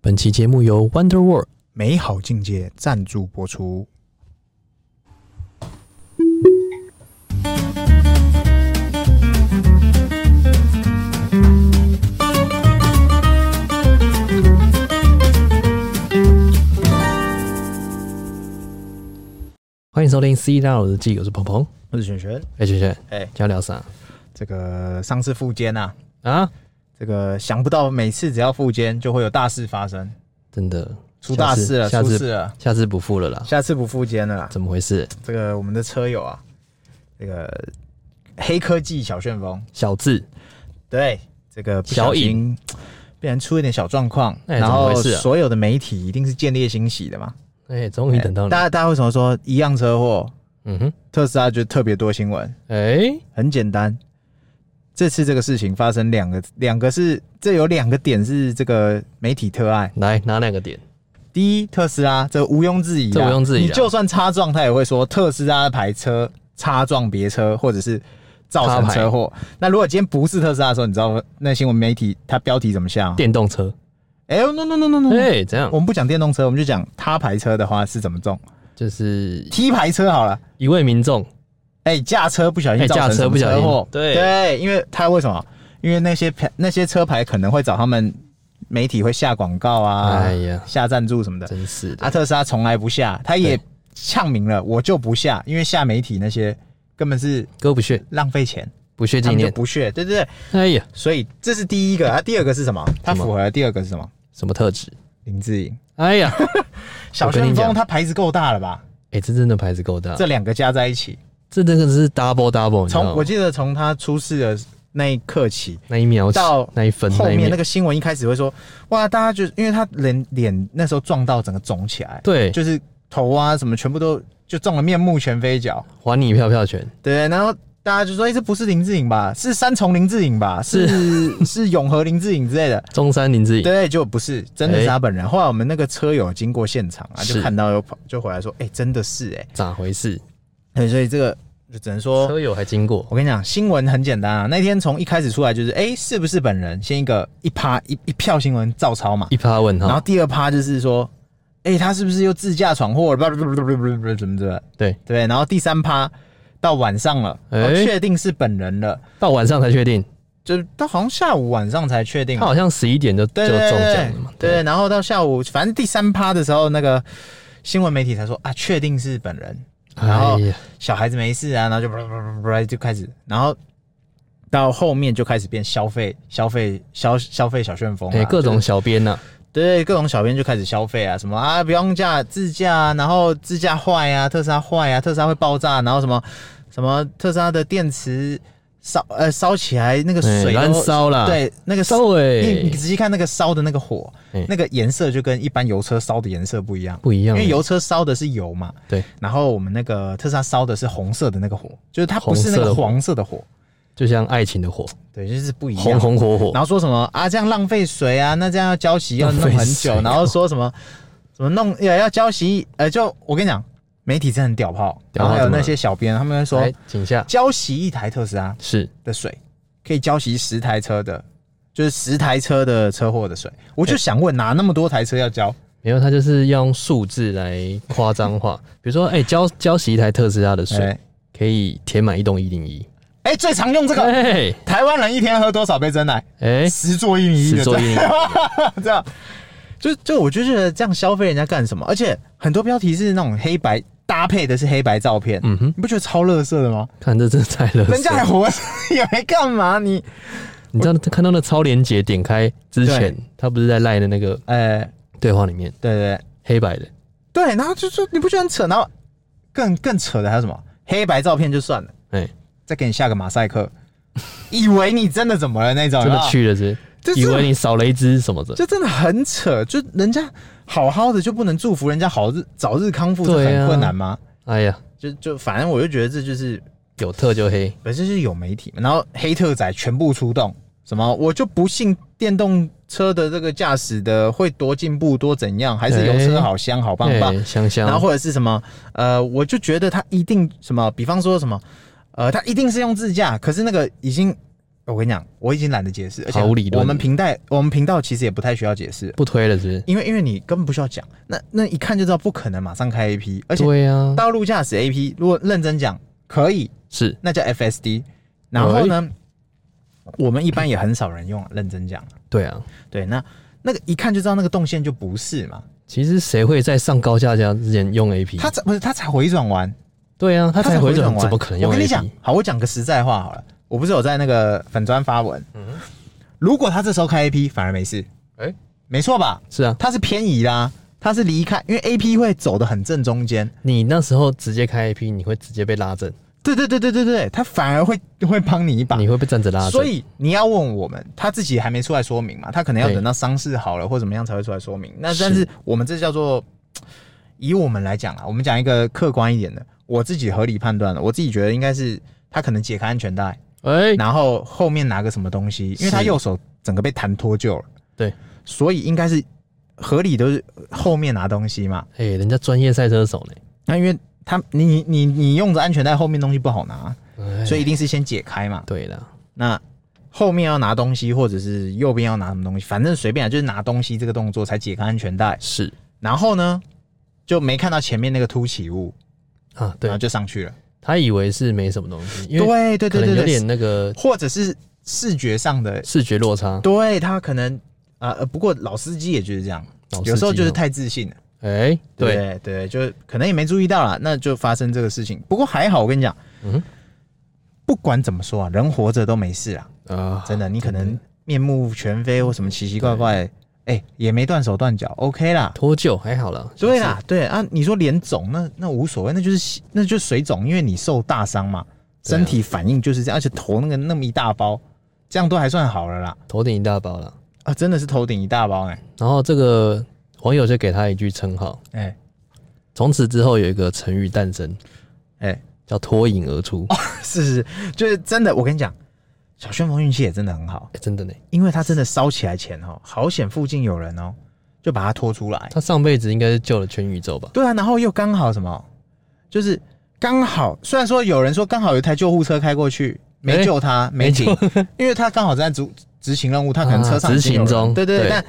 本期节目由 Wonder World 美好境界赞助播出。欢迎收听《C 大佬日记》，我是鹏鹏。我是璇璇，哎，轩轩，哎今天要聊啥这个上次复健啊，啊？这个想不到每次只要复健就会有大事发生，真的出大事了，下出次事了，下次不付了啦？下次不复健了啦。怎么回事？这个我们的车友啊，这个黑科技小旋风，小智，对这个不小小心被人出一点小状况，哎然怎后么回事啊所有的媒体一定是见猎欣喜的嘛。哎，终于等到你大。家大家为什么说一样车祸，嗯哼，特斯拉就特别多新闻？哎，很简单，这次这个事情发生两个，两个是这有两个点是这个媒体特爱。来拿两个点，第一，特斯拉这毋庸置疑啊，这毋庸置疑啊你就算擦撞，他也会说特斯拉的牌车擦撞别车，或者是造成车祸。那如果今天不是特斯拉的时候，你知道那新闻媒体它标题怎么下吗？电动车。哎、呦 no no no no no，、哎，怎样我？们不讲电动车，我们就讲他牌车的话是怎么中就是，T 牌车好了。一位民众，哎、驾车不小心哎造成驾车什么不小心车祸，对对，因为他为什么？因为那些牌那些车牌可能会找他们媒体会下广告啊，哎呀下赞助什么的。真是的阿，特斯拉从来不下，他也呛明了，我就不下，因为下媒体那些根本是哥不屑，浪费钱，不屑他纪们就念。不屑，对对对。哎呀，所以这是第一个，啊，第二个是什么？他什么符合的第二个是什么？什么特质？林志颖，哎 呀，小跟你旋讲风，他牌子够大了吧？哎，这真的牌子够大，这两个加在一起，这真的是 double double，你知从道我吗？记得从他出事的那一刻起，那一秒起到那一分后那一面那秒，个新闻一开始会说，哇，大家就因为他脸脸那时候撞到整个肿起来，对，就是头啊什么全部都就中了面目全非脚，还你票票权。对，然后大家就说，哎、这不是林志颖吧？是三重林志颖吧？是是永和林志颖之 类的。中山林志颖，对，就不是，真的是哎他本人。后来我们那个车友经过现场啊，是就看到有跑，就回来说，哎、真的是哎、咋回事？对，所以这个就只能说，车友还经过，我跟你讲，新闻很简单啊。那天从一开始出来就是，哎、是不是本人？先一个一趴一一票新闻照抄嘛，一趴问然后号，第二趴就是说，哎、他是不是又自驾闯祸了？不不不不不不，怎么怎么对，对。然后第三趴到晚上了，哦哎确、定是本人了，到晚上才确定，嗯就是到好像下午晚上才确定他。好像十一点就就对对中奖对了嘛，对，，然后到下午，反正第三趴的时候，那个新闻媒体才说啊，确定是本人，然后哎呀，小孩子没事啊，然后就就开始，然后到后面就开始变消费、消费、消消费小旋风、啊哎，各就种是小编呐，对各种小编就开始消费啊，什么啊不用架自驾啊，然后自驾坏啊，特斯拉坏啊，特斯拉会爆炸，然后什么什么特斯拉的电池烧呃烧起来那个哎，水都燃烧啦，，对那个烧你你哎，仔细看那个烧的那个火，哎那个颜色就跟一般油车烧的颜色不一样，不一样因欸，为油车烧的是油嘛，对，然后我们那个特斯拉烧的是红色的那个火，就是它不红是那色的个火黄色的火，就像爱情的火，对，就是不一样。红红火火然，后说什么啊，这样浪费水啊，那这样要浇洗要弄浪费很水久，然后说什么怎么弄要要浇洗，呃，就我跟你讲，媒体真的很屌炮，屌然炮后还有怎么那了些小编他们会说来，哎请下，浇洗一台特斯拉是的水可以浇洗十台车的。就是十台车的车祸的水，我就想问，哪那么多台车要浇？没有，他就是要用数字来夸张 化，比如说，哎，浇浇洗一台特斯拉的水哎，可以填满一栋一零 一，哎，最常用这个，哎台湾人一天喝多少杯真奶？哎，十做一米一是的，做 一零一，这样，就就我就觉得这样消费人家干什么？而且很多标题是那种黑白搭配的是黑白照片，嗯哼，你不觉得超乐色的吗？看这真的太热人家血还活着 也没干嘛，你你知道他看到那超连接点开之前对，他不是在赖的那个呃，对话里面对对黑白的，对，对然后就说你不觉得很扯？然后更更扯的还有什么黑白照片就算了，哎、再给你下个马赛克， 以为你真的怎么了那种，真有的没有去了是不啊这是，是以为你少了一只什么的，这真的很扯，就人家好好的就不能祝福人家好日早日康复，这对啊很困难吗？哎呀，就就反正我就觉得这就是有特就黑，本身就是有媒体嘛，然后黑特仔全部出动，什么我就不信电动车的这个驾驶的会多进步多怎样，还是油车好香好棒棒，哎香香，然后或者是什么呃，我就觉得他一定什么，比方说什么呃，他一定是用自驾，可是那个已经我跟你讲，我已经懒得解释，而且毫无理论我们频道我们频道其实也不太需要解释，不推了是不是？因为因为你根本不需要讲，那那一看就知道不可能马上开 A P，而且对啊，道路驾驶 A P 如果认真讲可以，是那叫 F S D，然后呢，哎我们一般也很少人用，认真讲，对啊。对，那那个一看就知道那个动线就不是嘛，其实谁会在上高架架之前用 A P？他才不是他才回转弯，对啊，他才回转，完怎么可能用我 A 跟 P？你讲，好，我讲个实在话好了。我不是有在那个粉砖发文，如果他这时候开 A P 反而没事，嗯哎、没错吧？是啊，他是偏移啦，他是离开，因为 A P 会走的很正中间。你那时候直接开 A P，你会直接被拉正，对对对对对对，他反而会会帮你一把。你会被站着拉正。所以你要问我们，他自己还没出来说明嘛？他可能要对等到伤势好了或怎么样才会出来说明。那但是是我们这叫做，以我们来讲啊，我们讲一个客观一点的，我自己合理判断了，我自己觉得应该是他可能解开安全带，哎、然后后面拿个什么东西，因为他是右手整个被弹脱臼了，对，所以应该是合理都是后面拿东西嘛。哎、人家专业赛车手呢。那因为他你你你你用着安全带，后面东西不好拿，哎所以一定是先解开嘛。对啦，那后面要拿东西，或者是右边要拿什么东西，反正随便啊，就是拿东西这个动作才解开安全带。是然后呢，就没看到前面那个凸起物，啊，对然后，就上去了。他以为是没什么东西，因为对对可对能有对点对，那个或者是视觉上的视觉落差。对他可能啊、呃，不过老司机也就是这样老司，机有时候就是哦太自信了，哎、对对，对对，就是可能也没注意到啦，那就发生这个事情。不过还好，我跟你讲，嗯不管怎么说啊，人活着都没事啊，啊，真的，你可能面目全非或什么奇奇怪怪，哎、也没断手断脚，OK 啦。脱臼还好啦。对啦，啦，对啊，你说脸肿那那无所谓，那就是那就是水肿，因为你受大伤嘛，对啊身体反应就是这样，而且头那个那么一大包，这样都还算好了啦头顶一大包啦。啊，真的是头顶一大包哎、然后这个网友就给他一句称号，哎、从此之后有一个成语诞生，哎、 叫脱颖而出。是是，就是真的。我跟你讲，小旋风运气也真的很好，哎真的呢，因为他真的烧起来前哦，好险附近有人哦，就把他拖出来。他上辈子应该是救了全宇宙吧？对啊，然后又刚好什么，就是刚好，虽然说有人说刚好有一台救护车开过去，没哎救他，没停， 因为他刚好在执执行任务，他可能车上啊已经有执行人中对对对对。但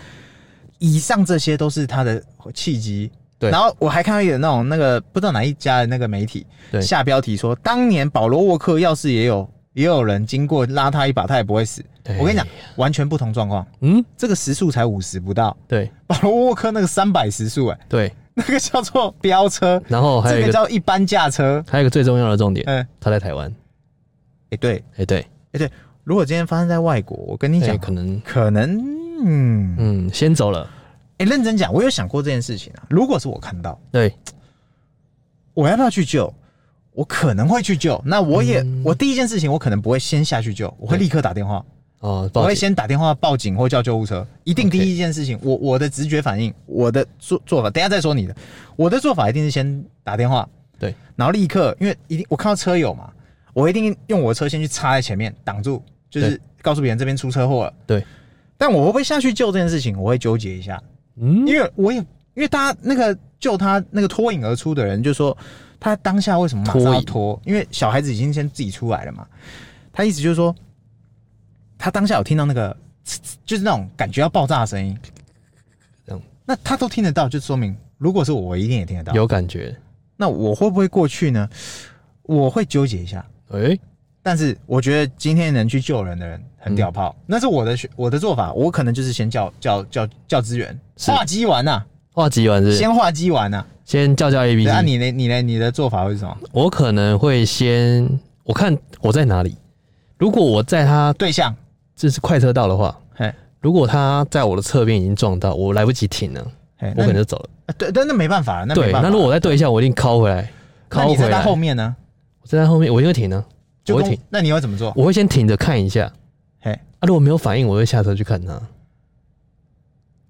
以上这些都是他的契机。对然后我还看到有那种那个不知道哪一家的那个媒体对下标题说，当年保罗沃克要是也有也有人经过拉他一把，他也不会死。对我跟你讲，完全不同状况。嗯，这个时速才五十不到，对保罗沃克那个三百时速、哎，对。那个叫做飙车，然后还有这一个个，叫一般驾车。还有一个最重要的重点，嗯，他在台湾。哎、对，哎、对，如果今天发生在外国，我跟你你讲，可能，可能，嗯，哎、哎嗯，先走了。认真讲，我有想过这件事情啊。如果是我看到，对，我要不要去救？我可能会去救。那我也，我第一件事情，我可能不会先下去救，我会立刻打电话，哦，我报会警。先打电话报警或叫救护车。一定 OK 第一件事情我我的直觉反应，我的做做法，等一下再说你的。我的做法一定是先打电话，对，然后立刻，因为一定我看到车友嘛，我一定用我的车先去插在前面挡住，就是对告诉别人这边出车祸了。对，但我会不会下去救这件事情，我会纠结一下，嗯，因为我也因为大家那个救他那个脱颖而出的人，就说他当下为什么马上要脱？因为小孩子已经先自己出来了嘛。他意思就是说，他当下有听到那个呲呲就是那种感觉要爆炸的声音这样，那他都听得到，就说明如果是我，我一定也听得到。有感觉。那我会不会过去呢？我会纠结一下，哎、但是我觉得今天能去救人的人很嗯屌炮，那是我的选我的做法，我可能就是先叫叫叫叫支援，是化机完呐、啊话急完是不是先化机完呐、先叫叫 A B 对啊， C。你呢？你呢？你的做法会是什么？我可能会先，我看我在哪里。如果我在他对象，这是快车道的话，嘿，如果他在我的侧边已经撞到，我来不及停了，嘿我那可能你就走了。啊对，但那没办法了，那对，没办法那了。如果我在对象，我一定靠回来，那靠你回在来他。后面呢？我站在后面，我一定会停呢、啊，就我会跟停，那你会怎么做？我会先停着看一下。嘿，啊，如果没有反应，我会下车去看他。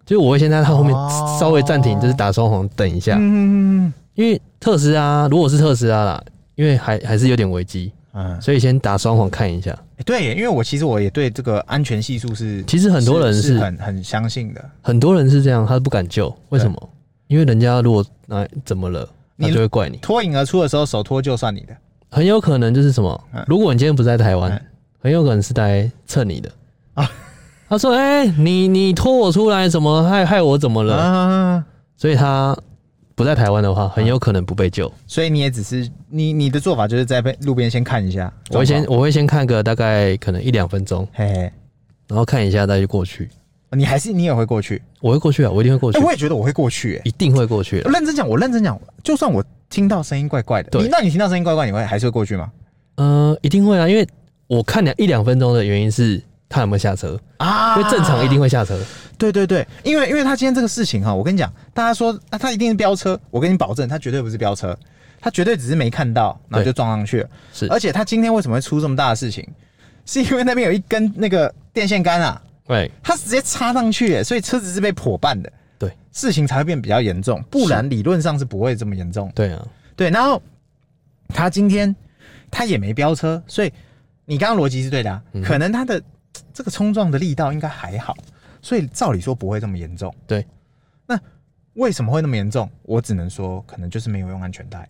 就是我会先在他后面哦稍微暂停，就是打双黄等一下，嗯嗯因为特斯拉如果是特斯拉啦，因为还还是有点危机，嗯，所以先打双黄看一下。欸对耶，因为我其实我也对这个安全系数是，其实很多人是是很很相信的。很多人是这样，他不敢救，为什么？因为人家如果啊怎么了，他你就会怪你，脱颖而出的时候，手脱臼算你的。很有可能就是什么嗯？如果你今天不在台湾嗯，很有可能是来蹭你的啊啊。他说：“哎、你你拖我出来，怎么害害我怎么了？”啊，所以他不在台湾的话，很有可能不被救。所以你也只是你你的做法就是在路边先看一下，我会先我会先看个大概可能一两分钟，嘿嘿，然后看一下再去过去。你还是你也会过去，我会过去啊，我一定会过去，哎、我也觉得我会过去、哎一定会过去啊的。认真讲，我认真讲，就算我听到声音怪怪的，对你那你听到声音怪怪，你会还是会过去吗？呃，一定会啊，因为我看两一两分钟的原因是他有没有下车，啊因为正常一定会下车。对对对，因为因为他今天这个事情哈，我跟你讲，大家说啊，他一定是飙车，我跟你保证，他绝对不是飙车，他绝对只是没看到，然后就撞上去了。是而且他今天为什么会出这么大的事情，是因为那边有一根那个电线杆啊，对他直接插上去耶，所以车子是被破半的，对事情才会变比较严重，不然理论上是不会这么严重。对啊，对，然后他今天他也没飙车，所以你刚刚逻辑是对的、啊，嗯可能他的嘖这个冲撞的力道应该还好，所以照理说不会这么严重。对，那为什么会那么严重？我只能说，可能就是没有用安全带，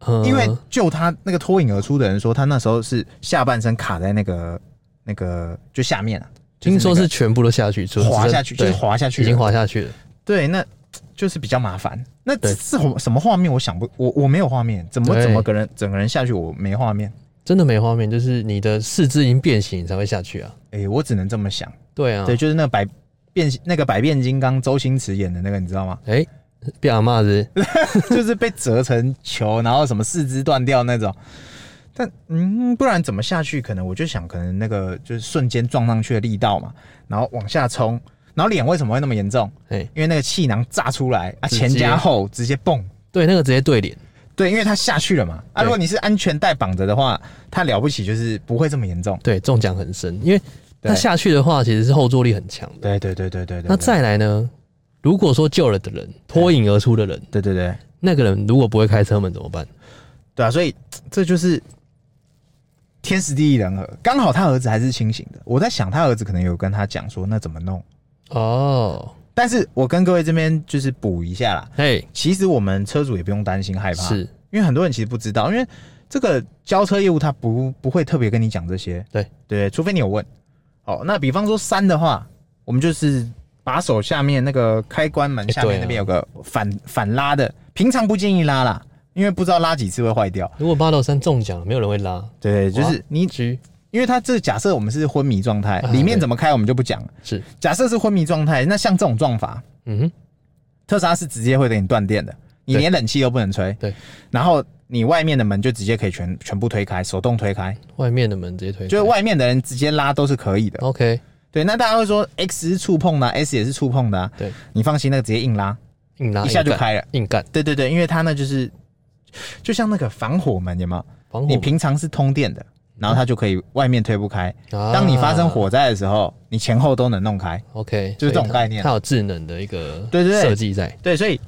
呃因为就他那个脱颖而出的人说，他那时候是下半身卡在那个那个就下面啊，就是听那说个是全部都下去，就是滑下去，就是对，滑下去已了，经滑下去了。对，那嘖就是比较麻烦。那对是什么什么画面？我想不，我我没有画面，怎么对怎么个人整个人下去，我没画面。真的没画面，就是你的四肢已经变形，你才会下去啊。哎、我只能这么想。对啊，对，就是那个百变那个百变金刚周星驰演的那个，你知道吗？ 哎、变阿妈子，就是被折成球，然后什么四肢断掉那种。但嗯，不然怎么下去？可能我就想，可能那个就是瞬间撞上去的力道嘛，然后往下冲，然后脸为什么会那么严重？哎、因为那个气囊炸出来啊，直前加接后直接蹦。对，那个直接对脸，对，因为他下去了嘛。啊，对如果你是安全带绑着的话，他了不起就是不会这么严重。对，中奖很深，因为对他下去的话其实是后坐力很强的。对对对对对对。那再来呢，如果说救了的人脱颖而出的人，对对对那个人如果不会开车门怎么办？对啊，所以这就是天时地利人和，刚好他儿子还是清醒的。我在想，他儿子可能有跟他讲说那怎么弄，哦，但是我跟各位这边就是补一下啦。嘿，其实我们车主也不用担心害怕，是因为很多人其实不知道，因为这个交车业务他不不会特别跟你讲这些，对对，除非你有问。哦，那比方说三的话，我们就是把手下面那个开关门哎下面对啊那边有个反、反拉的，平常不建议拉啦，因为不知道拉几次会坏掉。如果八六三中奖了，没有人会拉。对，就哇是你， G 因为他这假设我们是昏迷状态，啊里面对怎么开我们就不讲了。是，假设是昏迷状态，那像这种撞法，嗯哼，特斯拉是直接会给你断电的，你对连冷气都不能吹。对，然后你外面的门就直接可以全全部推开，手动推开，外面的门直接推开，就是外面的人直接拉都是可以的。 OK，对，那大家会说 X 是触碰的啊、s 也是触碰的、啊，对，你放心，那个直接硬拉，硬拉一下就硬干，开了。硬干对对对，因为它那就是就像那个防火门，有没有？防火你门。平常是通电的，然后它就可以外面推不开。当当你发生火灾的时候，你前后都能弄开。 OK，就是这种所以它概念它有智能的一个对对对设计在。对，所以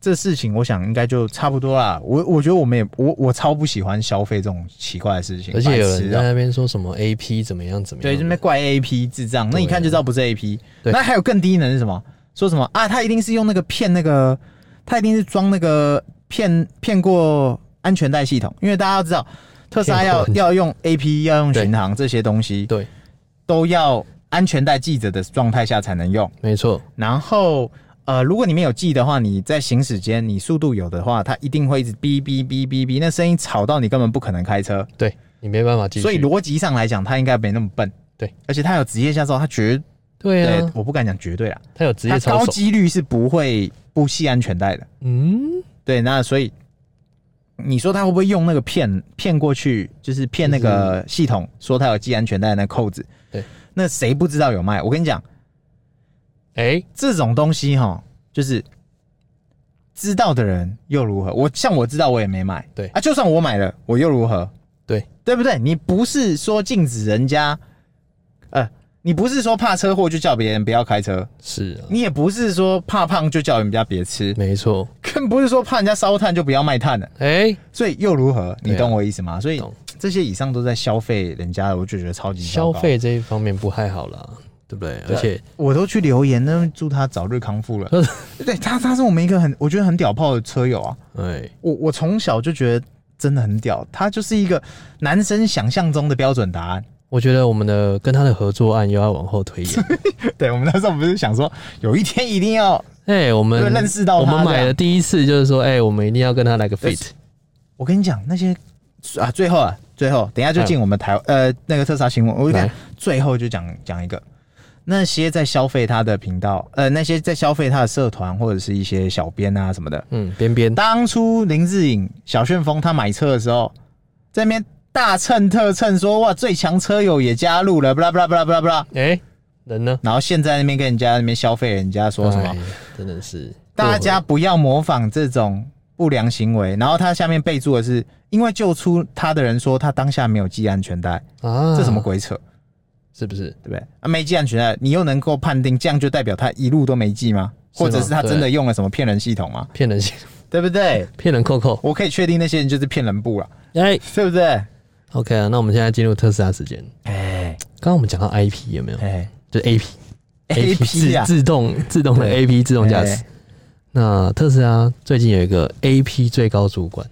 这事情我想应该就差不多啦。我我觉得我们也我我超不喜欢消费这种奇怪的事情，而且有白痴人啊在那边说什么 AP 怎么样怎么样对，的，就那边怪 A P 智障，那对啊一看就知道不是 A P。对那还有更低能是什么？说什么啊？他一定是用那个骗那个，他一定是装那个骗骗过安全带系统，因为大家要知道，特斯拉骗过要安全要用 A P 要用对巡航这些东西对，都要安全带系着的状态下才能用。没错，然后呃，如果你没有记的话，你在行驶间你速度有的话，它一定会一直哔哔哔哔哔，那声音吵到你根本不可能开车。对你没办法继续。所以逻辑上来讲，它应该没那么笨。对，而且它有职业驾照，它绝对对、啊，我不敢讲绝对啦，它有职它业操高守。几率是不会不系安全带的。嗯，对，那所以你说他会不会用那个骗骗过去，就是骗那个系统说他有系安全带的那扣子？对，那谁不知道有卖？我跟你讲，哎，这种东西哈，就是知道的人又如何？我像我知道，我也没买。对啊，就算我买了，我又如何？对，对不对？你不是说禁止人家，呃，你不是说怕车祸就叫别人不要开车，是啊，你也不是说怕胖就叫人家别吃，没错。更不是说怕人家烧炭就不要卖炭了。哎，所以又如何？你对啊懂我意思吗？所以懂这些以上都在消费人家的，我就觉得超级糟消糕。费这一方面不太好啦，对不对？而且我都去留言，那祝他早日康复了。对他，他是我们一个很我觉得很屌炮的车友啊。哎，我我从小就觉得真的很屌，他就是一个男生想象中的标准答案。 我觉得我们的跟他的合作案又要往后推演。 对，我们那时候不是想说，有一天一定要，哎、我们对认识到我他们这买样的第一次就是说，哎、我们一定要跟他来个对 fit。我跟你讲那些啊，最后啊，最后，等一下就进我们台、呃那个特斯拉新闻，我就讲来最后就讲讲一个，那些在消费他的频道，呃，那些在消费他的社团或者是一些小编啊什么的，嗯，边边当初林志颖、小旋风他买车的时候，在那边大蹭特蹭说哇最强车友也加入了，不啦不啦不啦不啦不啦，哎、人呢？然后现在那边跟人家那边消费人家说什么哎，真的是大家不要模仿这种不良行为，然后他下面备注的是因为救出他的人说他当下没有系安全带，啊，这什么？鬼扯，是不是？对不对？啊没系安全带，你又能够判定这样就代表他一路都没系吗？或者是他真的用了什么骗人系统吗？骗人心，对不对？ 骗人扣扣。我可以确定那些人就是骗人部了，哎、对不对？ o k 啊，那我们现在进入特斯拉时间。哎刚刚我们讲到 IP 有没有？哎就是 AP。哎，A P 啊自，自动自动的 AP 自动驾驶哎。那特斯拉最近有一个 AP 最高主管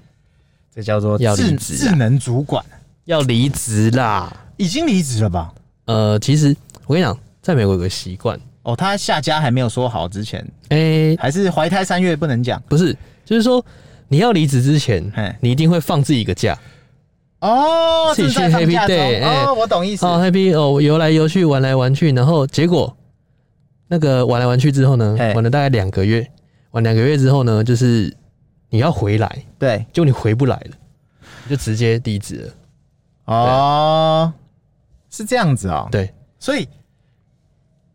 这叫做要离智职啊智能主管，要离职啦。已经离职了吧？呃，其实我跟你讲，在美国有个习惯，哦，他下家还没有说好之前，哎、还是怀胎三月不能讲不是，就是说你要离职之嘿前，你一定会放自己一个假。哦，自己正去在放 Happy 假中 Day，哎哦，我懂意思，哦，Happy 哦，游来游去，玩来玩去，然后结果那个玩来玩去之后呢嘿，玩了大概两个月，玩两个月之后呢，就是你要回来，对，结果你回不来了，你就直接离职了。哦，是这样子哦，对，所以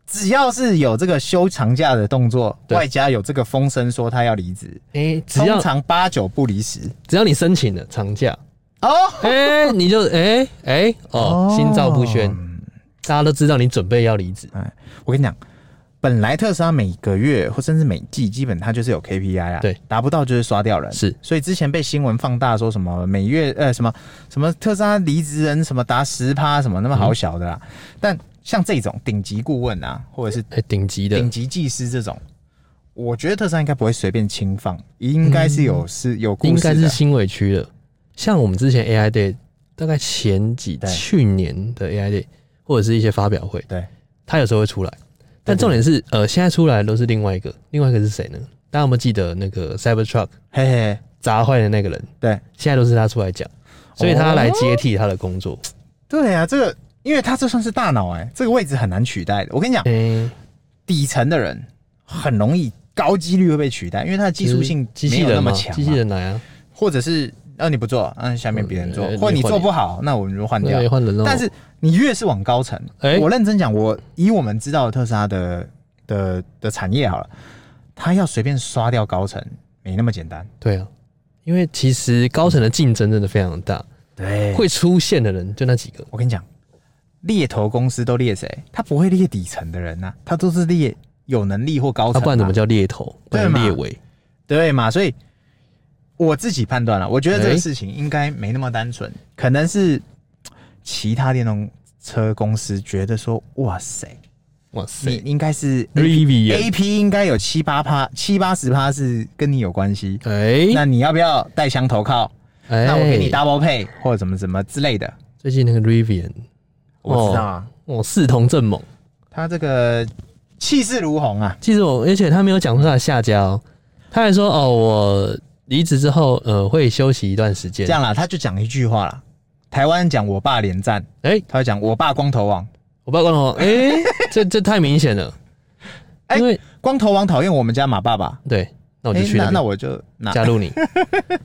只要是有这个休长假的动作，对外加有这个风声说他要离职，哎、只要通常八九不离十只要你申请了长 假，哦，哎、你就哎哎、哦，心照不宣，大家都知道你准备要离职，哎，我跟你讲，本来特斯拉每个月或甚至每季，基本它就是有 KPI 啊，对，达不到就是刷掉人。是所以之前被新闻放大说什么每月呃什么什么特斯拉离职人什么达十趴什么那么好小的啦，嗯但像这种顶级顾问啊，或者是哎、顶级的顶，级技师这种。我觉得特斯拉应该不会随便轻放，应该是有是有故嗯应事的，该是心委屈了。像我们之前 AI Day，大概前几对去年的 AI Day，或者是一些发表会，对，它有时候会出来。但对对重点是，呃，现在出来的都是另外一个，另外一个是谁呢？大家有没有记得那个 Cybertruck 嘿嘿，砸坏的那个人？对现在都是他出来讲，所以他来接替他的工作。对啊，这个因为他这算是大脑哎、这个位置很难取代的。我跟你讲，哎、底层的人很容易高几率会被取代，因为他的技术性机没器有那人么嘛，强、机器啊，人来啊，或者是那、你不做，嗯、下面别人做，嗯或者你换做你不好，那我们就换掉对，。换人了。但是你越是往高层，哎我认真讲，我以我们知道的特斯拉的的的产业好了，他要随便刷掉高层没那么简单。对啊，因为其实高层的竞争真的非常大，对会出现的人就那几个。我跟你讲，猎头公司都猎谁？他不会猎底层的人呐、他都是猎有能力或高啊，层、啊。不然怎么叫猎头？不对然嘛猎尾？对嘛？所以我自己判断了，我觉得这哎个事情应该没那么单纯，可能是其他电动车公司觉得说，哇塞，哇你塞应该是 Rivian A P 应该有七八趴、七八十趴是跟你有关系，哎那你要不要带枪投靠？哎，那我给你 double pay 或者怎么怎么之类的，最近那个 Rivian，我知道啊，哦，势同正猛。他这个气势如虹啊，其实我，而且他没有讲出他的下家哦，他还说哦，我离职之后，呃，会休息一段时间。这，样啦，他就讲一句话啦，台湾讲我爸连战，哎，他会讲我爸光头王，我爸光头， 哎，这这太明显了，哎因为光头王讨厌我们家马爸爸。对，那我哦就诶去那那边那我就那加入 你。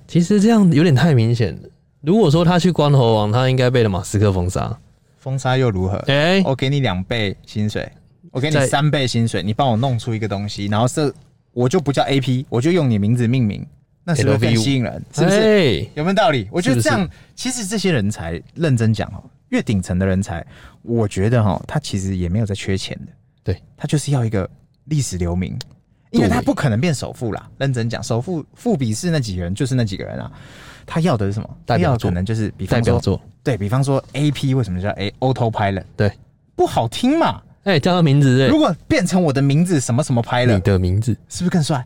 其实这样有点太明显了。如果说他去光头王，他应该被了马斯克封杀。封杀又如何？哎、我给你两倍薪水，我给你在三倍薪水，你帮我弄出一个东西，然后这我就不叫 A P，我就用你名字命名，那是不是 LV 更吸引人？是不是？哎有没有道理？我觉是得不是这样，其实这些人才认真讲哦，越顶层的人才，我觉得哈，他其实也没有在缺钱的，对他就是要一个历史留名，因为他对不可能变首富啦。认真讲，首富富比是那几个人，就是那几个人啊。他要的是什么？代他表要的作可能就是比代方表说作，对比方说 A P 为什么叫 A Auto Pilot？对，不好听嘛。哎、叫他名字，如果变成我的名字什么什么哎，你 Pilot，的名字，是不是更帅？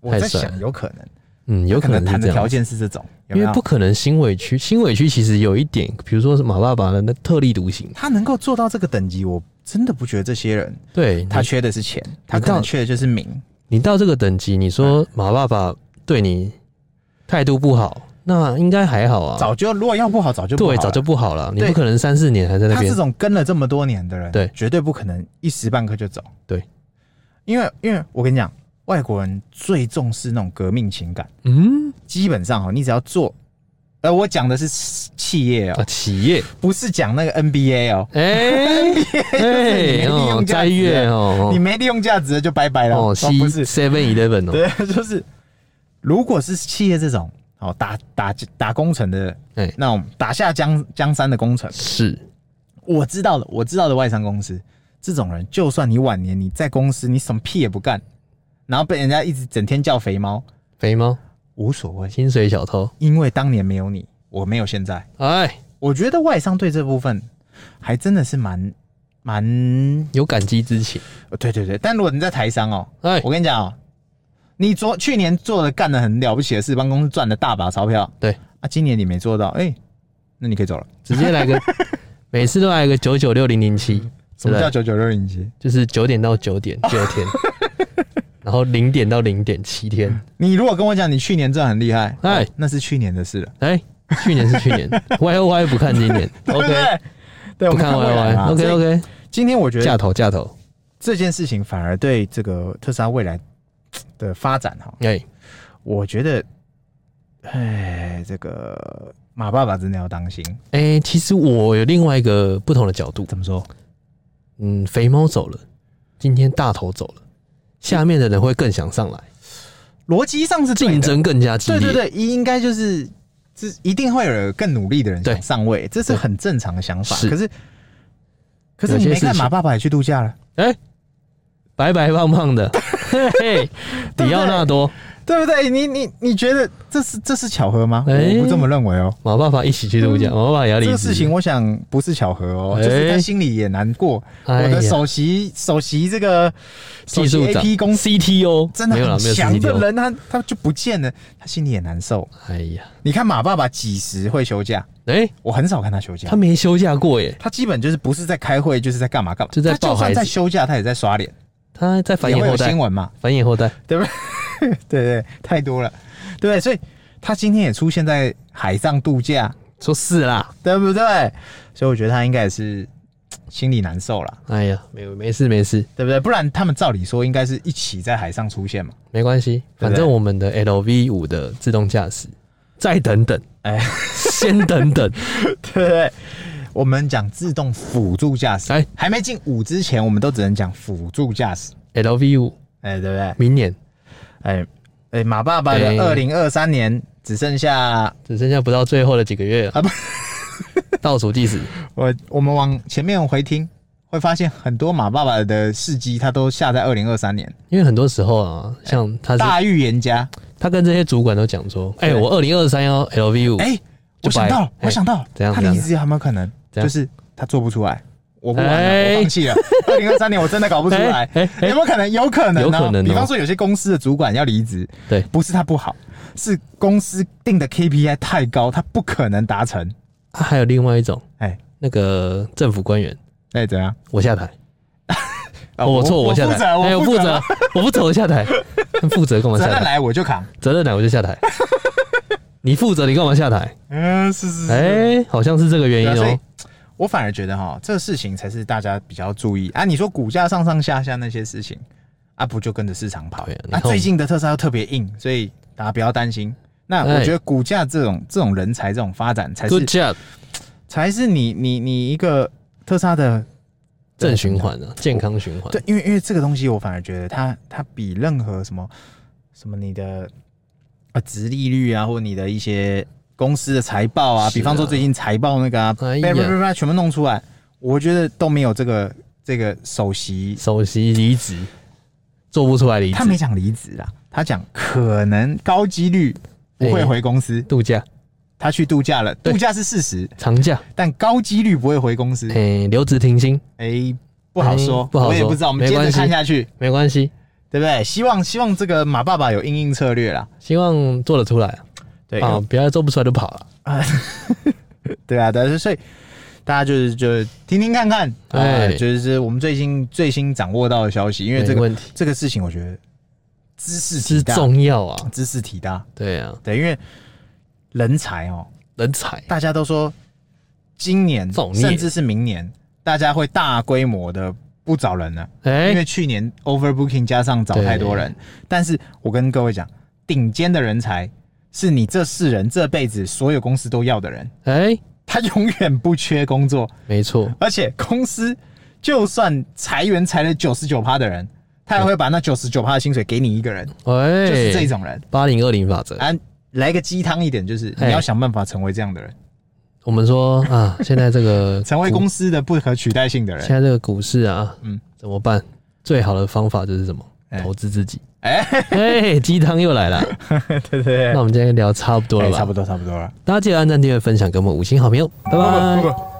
我太在帅想了有可能，嗯，有可可能是谈这的样条，啊件是这种，有因没为有不可能新委屈，新委屈其实有一点，比如说是马爸爸的那特立独行，他能够做到这个等级，我真的不觉得这些人对他他，缺的是钱，他可嗯到能缺的就是名。你到这个等级，你哎说马爸爸对你态度不好，那应该还好啊，早就如果要不好，早就不好对了早就不好了，你对不可能三四年还在那他边这，种跟了这么多年的人，对绝对不可能一时半刻就走。对，因为因为我跟你讲，外国人最重视那种革命情感，嗯基本上哦，你只要做，呃，我讲的是企业哦，啊，企 业，不是讲那个 NBA 哦，哎利 哎用哦，价值啊斋月你哦没利用价值了就拜拜了。哦哦， ，C 不是， Seven Eleven 哦，对， 就是如果是企业这种哦打打打工程的，哎那种打下江江山的工程，是我知道了，我知道的外商公司，这种人，就算你晚年你在公司你什么屁也不干，然后被人家一直整天叫肥猫，肥猫无所谓，薪水小偷，因为当年没有你，我没有现在。哎，我觉得外商对这部分还真的是蛮蛮，有感激之情，呃对对对。但如果你在台商哦，哎 我跟你讲哦，你昨去年做的干的很了不起的事，帮公司赚了大把钞票，对啊，今年你没做到，哎、那你可以走了。直接来 个，每次都来个九九六零零七，什么对叫九九六零七？就是九点到九点九天， 然后零点到零点七天。你如果跟我讲你去年赚很厉害，哎哦那是去年的事了。哎，去年是去 年，Y O Y 不看今年对 不，OK 对？对，不我们看 Y 未 O 来嘛 Y。啊所，OK 以 OK，今天我觉架得头架头，这件事情反而对这个特斯拉未来的发展哈，哎，我觉得，哎，这个马爸爸真的要当心。哎、其实我有另外一个不同的角度。怎么说？嗯，肥猫走了，今天大头走了，下面的人会更想上来，逻辑上是对的竞，争更加激对烈。对对，应该就是这一定会有更努力的人想对上位，这是很正常的想法。是可是，可是有你些没看事情马爸爸也去度假了，哎、白白胖胖 的，嘿嘿，对里奥纳多对不对？你你你觉得这是这是巧合吗？哎我不这么认为哦。马爸爸一起去度假，马爸爸也要离嗯这职。个事情，我想不是巧合哦，哎就是他心里也难过。哎我呀的首席首席这个技术首长席 AP 公司 CTO 真的没有啦，没很有强的 CTO。人，他他就不见了，他心里也难受。哎呀，你看马爸爸几时会休假？哎、我很少看他休假他，没休假过耶，他基本就是不是在开会，就是在干嘛干嘛。就在他抱就孩子算在休假，他也在刷脸，他在繁也衍会后有代新，闻嘛？ 繁衍后代，对对，太多了，对不对？所以他今天也出现在海上度假，说是啦。对不对？所以我觉得他应该也是心里难受啦。哎呀，没有没事没事，对不对？不然他们照理说应该是一起在海上出现嘛。 没关系，对不对反正我们的 LV 五的自动驾驶，再等等，哎，先等 等，对不对？我们讲自动辅助驾驶，哎还没进五之前，我们都只能讲辅助驾驶， LV 五哎，对不对？明年哎哎，马爸爸哎的二零二三年只剩下只剩下不到最后的几个月啊啊不，倒数计时，我，我们往前面回听，会发现很多马爸爸的事迹，他都下在二零二三年，因为很多时候啊，像他是哎大预言家。他跟这些主管都讲说，哎，对我二零二三要 LV 五，哎，就我想到白了，我想到了，怎样他怎样离职有没有可能？怎就样是他做不出来，我不玩了，哎我放 弃了。二零二三年我真的搞不出来哎，哎哎有没有可能？有可能哦，有可能哦比方说，有些公司的主管要离职，对不是他不好，是公司定的 KPI 太高，他不可能达成。啊还有另外一种，哎那个政府官员，哎，怎样？我下台。啊哦，我错，我负下责，台，哎我我负负责责，，我不走，我下台。哎负责干嘛责下任台？来我就扛。责任来我就下 台。你负责，你干嘛下台？嗯，是是是。哎，好像是这个原对啊因所以哦。我反而觉得哈，这个事情才是大家比较注意啊。你说股价上上下下那些事情，啊，不就跟着市场跑对啊？你那、看我们最近的特斯拉又特别硬，所以大家不要担心。那我哎觉得股价这种这种人才这种发展才 Good 是啊 job，才是你你你一个特斯拉的正循环啊，健康循环。对，因为因为这个东西我反而觉得它它比任何什么什么你的啊值利率啊，或你的一些公司的财报啊，是啊比方说最近财报那个啊，哎叭呀叭叭叭全部弄出来，我觉得都没有这个这个首席，首席离职，做不出来离职他，没讲离职啦，他讲可能高几率不会哎回公司，度假、他去度假了，对度假是事实，长假，但高几率不会回公司，诶、留职停薪哎，不好说，哎不好我也说不知道，我们没接着关系看下去。没关系，对不对？希望希望这个马爸爸有应应策略啦。希望做得出来对啊，不要做不出来就跑了。对啊，但是所以大家就是就是听听看看，哎、哎就是我们最新最新掌握到的消息，因为这没个问题这个事情，我觉得知识之体大，重要啊，知识体大，对啊，对，因为人才哦，人才大家都说今年造孽甚至是明年，大家会大规模的不找人了，哎、因为去年 overbooking 加上找太多人，但是我跟各位讲，顶尖的人才是你这世人这辈子所有公司都要的人，哎、他永远不缺工作。没错，而且公司就算裁员裁了九十九趴的人，他也会把那九十九趴的薪水给你一个人，哎、就是这种人。八零二零法则。啊，来个鸡汤一点，就是哎你要想办法成为这样的人，我们说啊，现在这 个成为股公司的不可取代性的现 人。在这个股市啊，嗯嗯，怎么办？最好的方法就是什么？哎投资自己。 哎哎，鸡汤又来了。对对对那我们今天聊差不多了哎吧？差不多差不多了，大家记得按赞、订阅、分享给我们五星好评哦，拜不拜不。不